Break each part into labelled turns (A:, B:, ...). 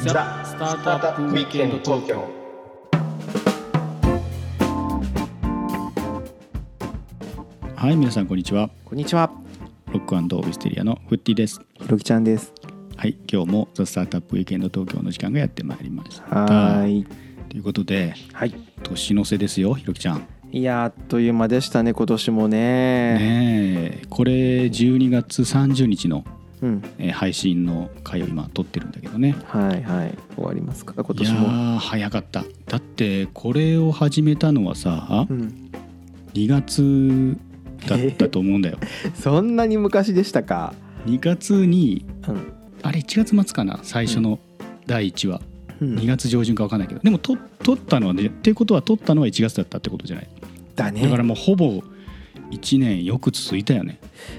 A: ザ・スタートアップウィークエンド東京
B: はい皆さんこんにちは
C: こんにちは、
B: ロックオブステリアのフッティです
C: ひろきちゃんです。
B: はい今日も「ザ・スタートアップウィークエンド東京」の時間がやってまいりました
C: はーい。
B: ということで
C: はい。
B: 年の瀬ですよひろきちゃん
C: いやー、あっという間でしたね、今年もね。
B: ねえこれ12月30日の、
C: うん。
B: えー配信の回を今撮ってるんだけどね
C: はいはい。終わりますか、今
B: いや
C: 年も。
B: ー早かっただってこれを始めたのはさ、
C: うん。
B: 2月だったと思うんだよ
C: そんなに昔でしたか。
B: 2月に
C: うん。
B: あれ1月末かな最初の第1話、
C: うん
B: 2月上旬か分かんないけどでもと撮ったのはねっていうことは撮ったのは1月だったってことじゃない
C: だね。
B: だからもうほぼ1年よく続いたよね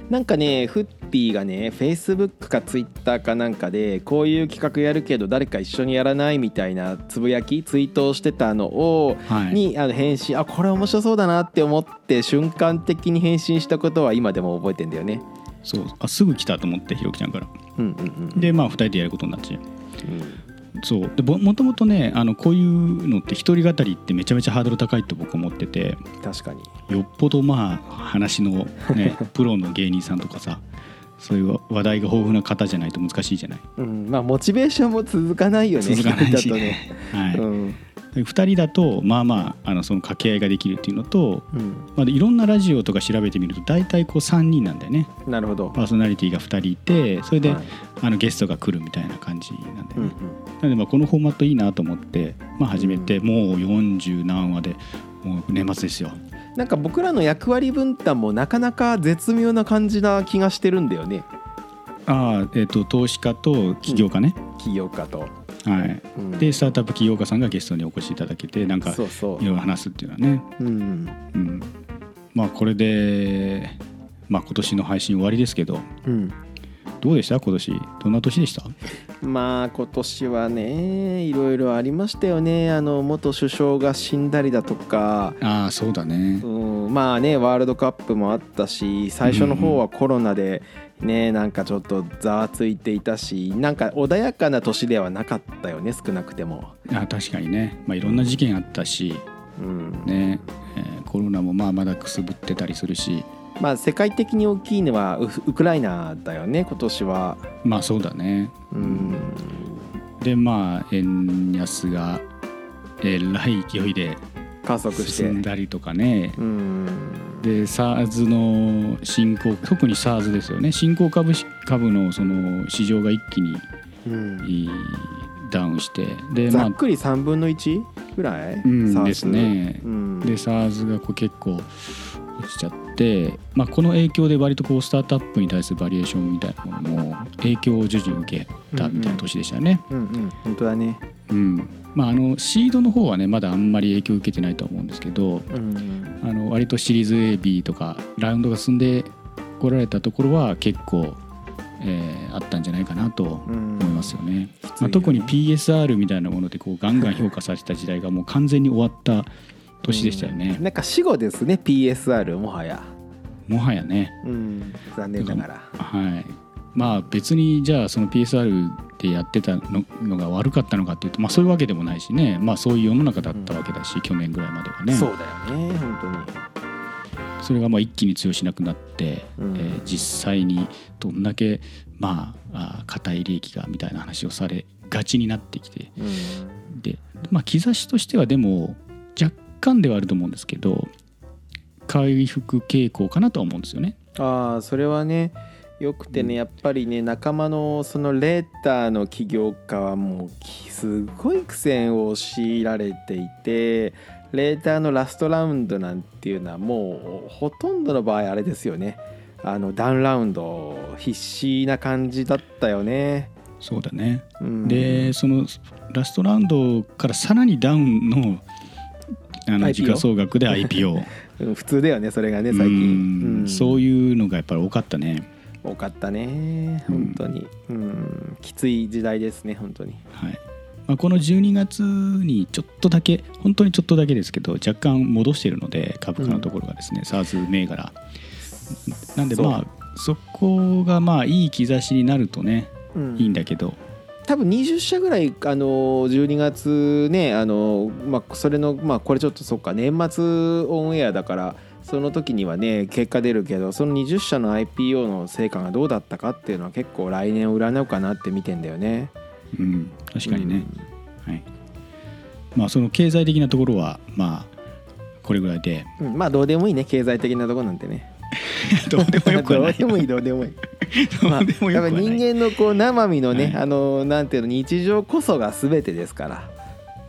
C: なんかねフッティがね Facebook か Twitter かなんかでこういう企画やるけど誰か一緒にやらないみたいなつぶやきツイートをしてたのを、
B: はい
C: にあの返信あこれ面白そうだなって思って瞬間的に返信したことは今でも覚えてんだよね。
B: そうあすぐ来たと思ってひろきちゃんから
C: うんうんうん
B: でまあ2人でやることになって
C: うん
B: そうでぼもともとねあのこういうのって一人語りってめちゃめちゃハードル高いと僕思ってて
C: 確かに。
B: よっぽどまあ話の ねプロの芸人さんとかさそういう話題が豊富な方じゃないと難しいじゃない
C: うん、まあモチベーションも続かないよね
B: 続かない
C: 一
B: し
C: 人だとね。
B: はい、
C: うん
B: で2人だとまあまああのその掛け合いができるっていうのと、
C: うん、
B: まあ、でいろんなラジオとか調べてみると大体こう3人なんだよね
C: なるほど。
B: パーソナリティが2人いてそれで、
C: はい
B: あのゲストが来るみたいな感じなんだ
C: う
B: よ
C: ん
B: ね
C: うん、
B: なのでまあこのフォーマットいいなと思って、まあ、始めて、もう40何話でもう年末ですよ
C: なんか僕らの役割分担もなかなか絶妙な感じな気がしてるんだよね
B: ああえっ、と投資家と起業家ね、
C: 起業家と。
B: はい
C: うん
B: でスタートアップ起業家さんがゲストにお越しいただけてなんかい
C: そうそ
B: ろいろ話すっていうのはね、
C: う、うん
B: うん、まあこれで、まあ、今年の配信終わりですけど
C: うん、
B: どうでした今年どんな年でした
C: まあ今年はねいろいろありましたよねあの元首相が死んだりだとか、
B: ああそうだね
C: うん、まあねワールドカップもあったし最初の方はコロナでねなんかちょっとざわついていたしなんか穏やかな年ではなかったよね少なくても。
B: あ確かにね、まあ、いろんな事件あったし、
C: うん
B: ねえーコロナもまあまだくすぶってたりするし
C: まあ、世界的に大きいのはウウクライナだよね今年は。
B: まあそうだね
C: うん
B: でまあ円安がえらい勢いで
C: 加速して。
B: 進んだりとかね
C: うん
B: で SARS の進行特に SARS ですよね新興株し株のその市場が一気に
C: うん
B: いいダウンしてで
C: ざ
B: ま
C: っ
B: あ
C: くり3分の1ぐらい、
B: うん
C: サース
B: ですね
C: うん
B: で SARS がこう結構落ちちゃって、まあ、この影響で割とこうスタートアップに対するバリエーションみたいなものも影響を徐々に受けたみたいな年でしたね。
C: うんうん本当だね、
B: うんまあ、あのシードの方はねまだあんまり影響を受けてないとは思うんですけど
C: うん、
B: あの割とシリーズ AB とかラウンドが進んでこられたところは結構、えーあったんじゃないかなと
C: うん
B: 思いますよね。
C: つい
B: ま
C: よ
B: あ、
C: ね
B: 特に PSR みたいなものでこうガンガン評価されてた時代がもう完全に終わった年でしたよね。
C: なんか死後ですね PSR もはや、
B: もはやね
C: うん、残念ながら
B: はい、まあ別にじゃあその PSR でやってたののが悪かったのかっていうと、まあ、そういうわけでもないしね、まあ、そういう世の中だったわけだし、去年ぐらいまではね
C: そうだよね本
B: それがまあ一気に通用しなくなって、
C: うん
B: えー実際にどんだけまああー硬い利益がみたいな話をされがちになってきて
C: 当に、
B: で、まあ、兆しとしてはでも若干ではあると思うんですけど回復傾向かなとは思うんですよね。
C: うん、ああそれはねよくてねやっぱりね仲間のそのレーターの起業家はもうきすごい苦戦を強いられていてレーターのラストラウンドなんていうのはもうほとんどの場合あれですよねあのダウンラウンド必死な感じだったよね。
B: そうだね
C: うん、
B: でそのラストラウンドからさらにダウンのあの
C: IPO
B: 時価総額 で IPO
C: うん普通だよねそれがね
B: う
C: 最近、
B: んそう
C: い
B: いうのがやっぱり多かったね、
C: う多かったね
B: うん
C: 本当に、うん、きつい時代ですね本当に
B: はいまあ、この12月にちょっとだけ本当にちょっとだけですけど若干戻してるので株価のところがですね、SARS 銘柄なんで
C: そう
B: まあそこがまあいい兆しになるとね
C: うん
B: いいんだけど、
C: 多分20社ぐらいあの12月ねあの、まあ、それの、まあ、これちょっとそっか年末オンエアだからその時にはね結果出るけどその20社の IPO の成果がどうだったかっていうのは結構来年を占うかなって見てんだよね。
B: うん、確かにね、はいまあ、その経済的なところはまあこれぐらいで
C: うん、うんまあどうでもいいね経済的なとこなんてね。
B: どうで もよくはない
C: どうでもいいどうでもいい。
B: どう でもよくは
C: やっぱ
B: ない
C: 人間のこう生身のね、
B: はい
C: あのなんていうの日常こそが全てですから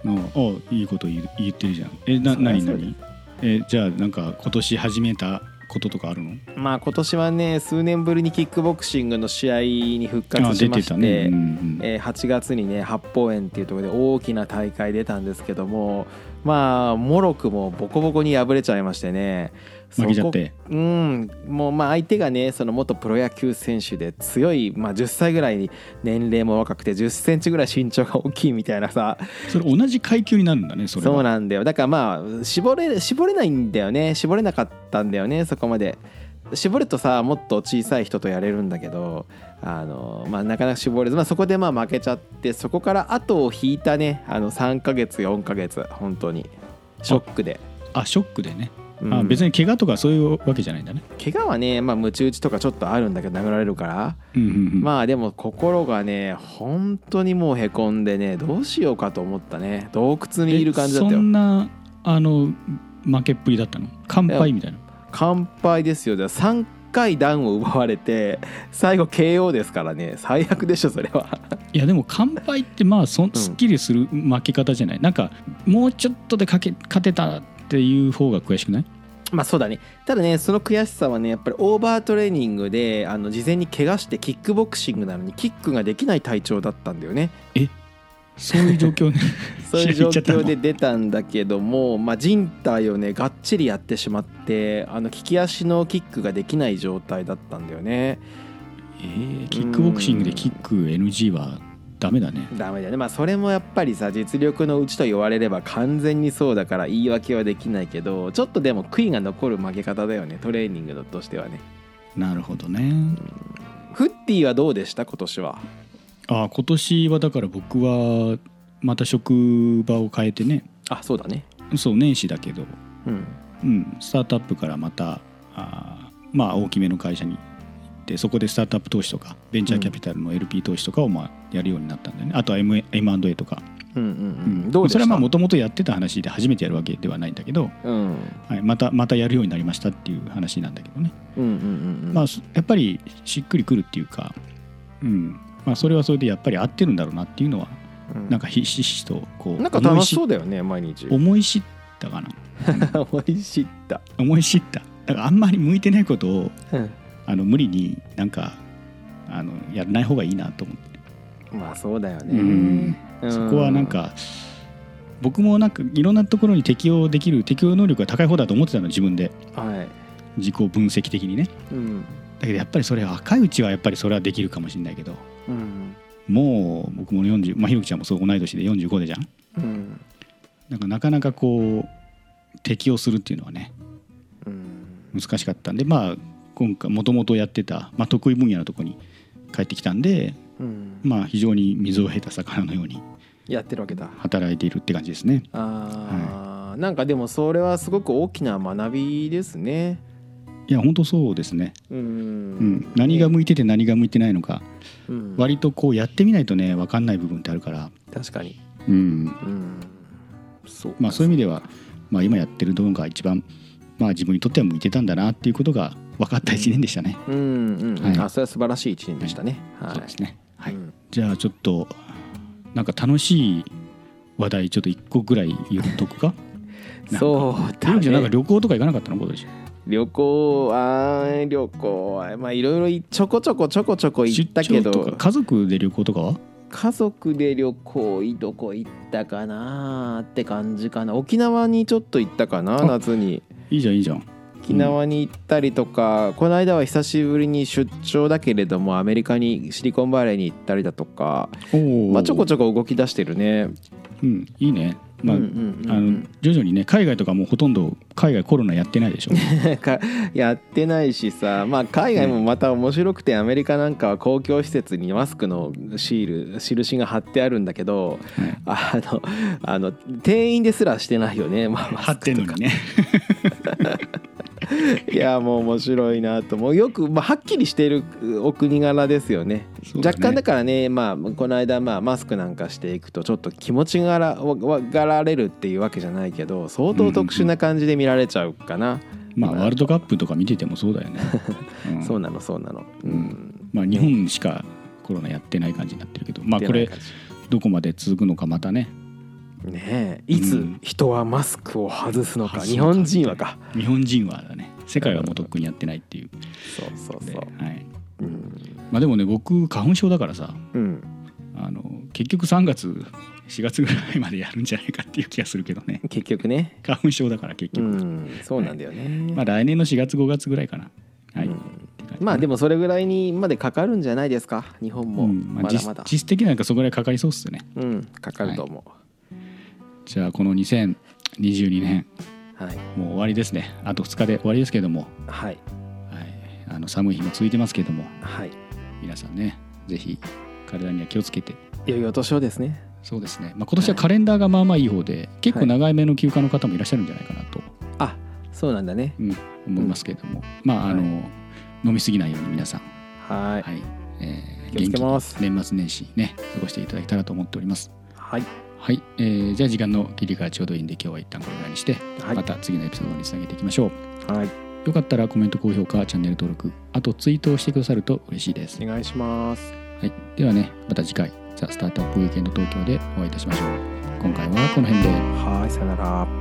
B: うんおいいこと言う言ってるじゃんえな
C: そうだ
B: 何
C: そうだ
B: 何えじゃあなんか今年始めたこととかあるの
C: まあ今年はね数年ぶりにキックボクシングの試合に復
B: あ
C: 活し
B: 出
C: ま
B: て
C: して
B: たね、うんうん
C: えー8月にね八方園っていうところで大きな大会出たんですけどもまあもろくもボコボコに敗れちゃいましてね
B: 負けちゃって
C: そこうんもうまあ相手がねその元プロ野球選手で強い、まあ、10歳ぐらいに年齢も若くて1 0ンチぐらい身長が大きいみたいなさ
B: それ同じ階級になるんだねそ
C: そ
B: れは
C: うなんだよだからまあ絞れ絞れないんだよね絞れなかったんだよねそこまで絞るとさもっと小さい人とやれるんだけどあの、まあ、なかなか絞れず、まあ、そこでまあ負けちゃってそこから後を引いたねあの3ヶ月4ヶ月本当にショックで、
B: あショックでね、
C: うん
B: あ別に怪我とかそういうわけじゃないんだね
C: 怪我はねまあムチ打ちとかちょっとあるんだけど殴られるから、
B: うんうんうん
C: まあでも心がね本当にもうへこんでねどうしようかと思ったね洞窟にいる感じだった
B: え
C: よ
B: そんなあの負けっぷりだったの乾杯みたいな
C: 完敗ですよだから3回ダウンを奪われて最後 KO ですからね最悪でしょそれは
B: いやでも乾杯ってまあそん
C: うん
B: すっきりする負け方じゃない、なんかもうちょっとでかけ勝てたっていう方が悔しくない
C: まあそうだねただねその悔しさはねやっぱりオーバートレーニングであの事前に怪我してキックボクシングなのにキックができない体調だったんだよね
B: そういう状況ね
C: そういう
B: 試
C: 状
B: 合行っちゃったの
C: 況で出たんだけども、まあ、人体をねがっちりやってしまってあの利き足のキックができない状態だったんだよね
B: えーキックボクシングでキック NG はダメだね
C: ダメだよねまあそれもやっぱりさ実力のうちと言われれば完全にそうだから言い訳はできないけどちょっとでも悔いが残る負け方だよねトレーニングとしてはね
B: なるほどね
C: フッティはどうでした今年は
B: あ今年はだから僕はまた職場を変えてね
C: あそうだね
B: そう年始だけど、
C: うん
B: うん、スタートアップからまたあーまあ大きめの会社に行ってそこでスタートアップ投資とかベンチャーキャピタルの LP 投資とかをまあやるようになったんだよねあとは M- M&A とか、
C: うんうんうん、
B: うん
C: どうでし
B: そ
C: た
B: れはまあもともとやってた話で初めてやるわけではないんだけど、
C: うん、うん
B: はい、またまたやるようになりましたっていう話なんだけどね、
C: うんうんうん
B: まあ、そやっぱりしっくりくるっていうか、うんまあ、それはそれでやっぱり合ってるんだろうなっていうのは
C: うん
B: なんかひしひしとこう
C: なんか楽しそうだよね毎日
B: 思い知ったかな
C: 思い知った、
B: 思い知っただからあんまり向いてないことを
C: うん、
B: あの無理になんかあのやらない方がいいなと思って、
C: まあそうだよね、うん
B: そこはなんか僕もなんかいろんなところに適応できる適応能力が高い方だと思ってたの自分で
C: はい
B: 自己分析的にね
C: うん
B: だけどやっぱりそれ若いうちはやっぱりそれはできるかもしれないけど
C: うん
B: もう僕も40まあひろきちゃんもそう同い年で45でじゃん
C: うん
B: なんかなかなかこう適応するっていうのはね
C: うん
B: 難しかったんでまあ今回もともとやってた、まあ、得意分野のとこに帰ってきたんで
C: うん
B: まあ非常に水を経た魚のように
C: やってるわけだ
B: 働いているって感じですね。
C: あーなんかでもそれはすごく大きな学びですね。
B: いや本当そうですね、
C: うん
B: うん、何が向いてて何が向いてないのか
C: うん
B: 割とこうやってみないとね分かんない部分ってあるから、
C: 確かに、
B: うん
C: うん、そう
B: まあ、そういう意味では、まあ、今やってる動画が一番、まあ、自分にとっては向いてたんだなっていうことが分かった1年でしたね。
C: うんうん、
B: はい
C: あそれは素晴らしい一年でしたね。はい、
B: そうですね、はい
C: うん
B: じゃあちょっとなんか楽しい話題ちょっと1個ぐらい言っとく か。
C: そう
B: ひろきちゃんなんか
C: だね。
B: 旅行とか行かなかったのことでしょ
C: 旅行あー旅行はまあいろいろちょこちょこちょこちょこ行ったけ
B: 出張とか
C: ど
B: 家族で旅行とかは
C: 家族で旅行いどこ行ったかなーって感じかな沖縄にちょっと行ったかな
B: あ
C: 夏に。
B: いいじゃんいいじゃん。
C: 沖縄に行ったりとか、この間は久しぶりに出張だけれどもアメリカにシリコンバレーに行ったりだとか、
B: おお、
C: まあ、ちょこちょこ動き出してるね
B: うん、いいね。まあ、
C: うんうんうん
B: あの徐々にね海外とかもうほとんど海外コロナやってない でしょ
C: なんかやってないしさ、まあ、海外もまた面白くてアメリカなんかは公共施設にマスクのシール印が貼ってあるんだけど
B: はい
C: あのあの店員ですらしてないよね、まあ、マ
B: 貼っ
C: ス
B: て
C: ク
B: ん
C: と
B: の
C: か
B: にね
C: いやもう面白いなと思うよく、まあ、はっきりしているお国柄ですよね
B: そうだね
C: 若干だからね、まあ、この間、まあ、マスクなんかしていくとちょっと気持ちがらわわがられるっていうわけじゃないけど相当特殊な感じで見られちゃうかな、
B: まあワールドカップとか見ててもそうだよ ね、うん
C: そうなのそうなの、う
B: うん
C: ん、
B: まあ、日本しかコロナやってない感じになってるけどまあこ
C: 出
B: れ
C: ない感じ
B: どこまで続くのかまたね
C: ねえい
B: う
C: つ
B: ん
C: 人はマスクを外すのか、
B: 外す
C: 日
B: のか
C: 本人はか
B: 日本人はだね世界はもうとっくにやってないっていう
C: そうそう
B: で
C: そう、
B: はい
C: うん
B: まあ、でもね僕花粉症だからさ
C: うん、
B: あの結局3月4月ぐらいまでやるんじゃないかっていう気がするけどね
C: 結局ね
B: 花粉症だから結
C: う
B: 局、
C: んそうなんだよね、
B: まあ来年の4月5月ぐらいかなはい、
C: うんまあで
B: も
C: もそれぐらいにまでかかるんじゃないですか日本も
B: まあ、
C: まだまだ
B: 実、実質的にはなんかそこぐらいかかりそうっすよね
C: うん、かかると思
B: じゃあこの2022年
C: うはい
B: もう終わりですねあと2日で終わりですけども、
C: はい
B: はい、あの寒い日も続いてますけども
C: はい
B: 皆さんねぜひ体には気をつけて
C: 良いお年をですね
B: そうですね、まあ、今年はカレンダーがまあまあいい方で結構長い目の休暇の方もいらっしゃるんじゃないかなと
C: あそうなんだね
B: 思いますけれども、まああの、飲みすぎないように皆さん、
C: はい
B: はいえー
C: 気をつけます
B: 元気に年末年始ね過ごしていただけたらと思っております
C: はい
B: はい、えーじゃあ時間の切り替えちょうどいいんで今日は一旦これぐらいにして、
C: はい
B: また次のエピソードにつなげていきましょう
C: はい
B: よかったらコメント高評価チャンネル登録あとツイートをしてくださると嬉しいです、
C: お願いします
B: はい、ではねまた次回「ザ・スタートアップウィーケンド東京」でお会いいたしましょう今回はこの辺で
C: はいさよなら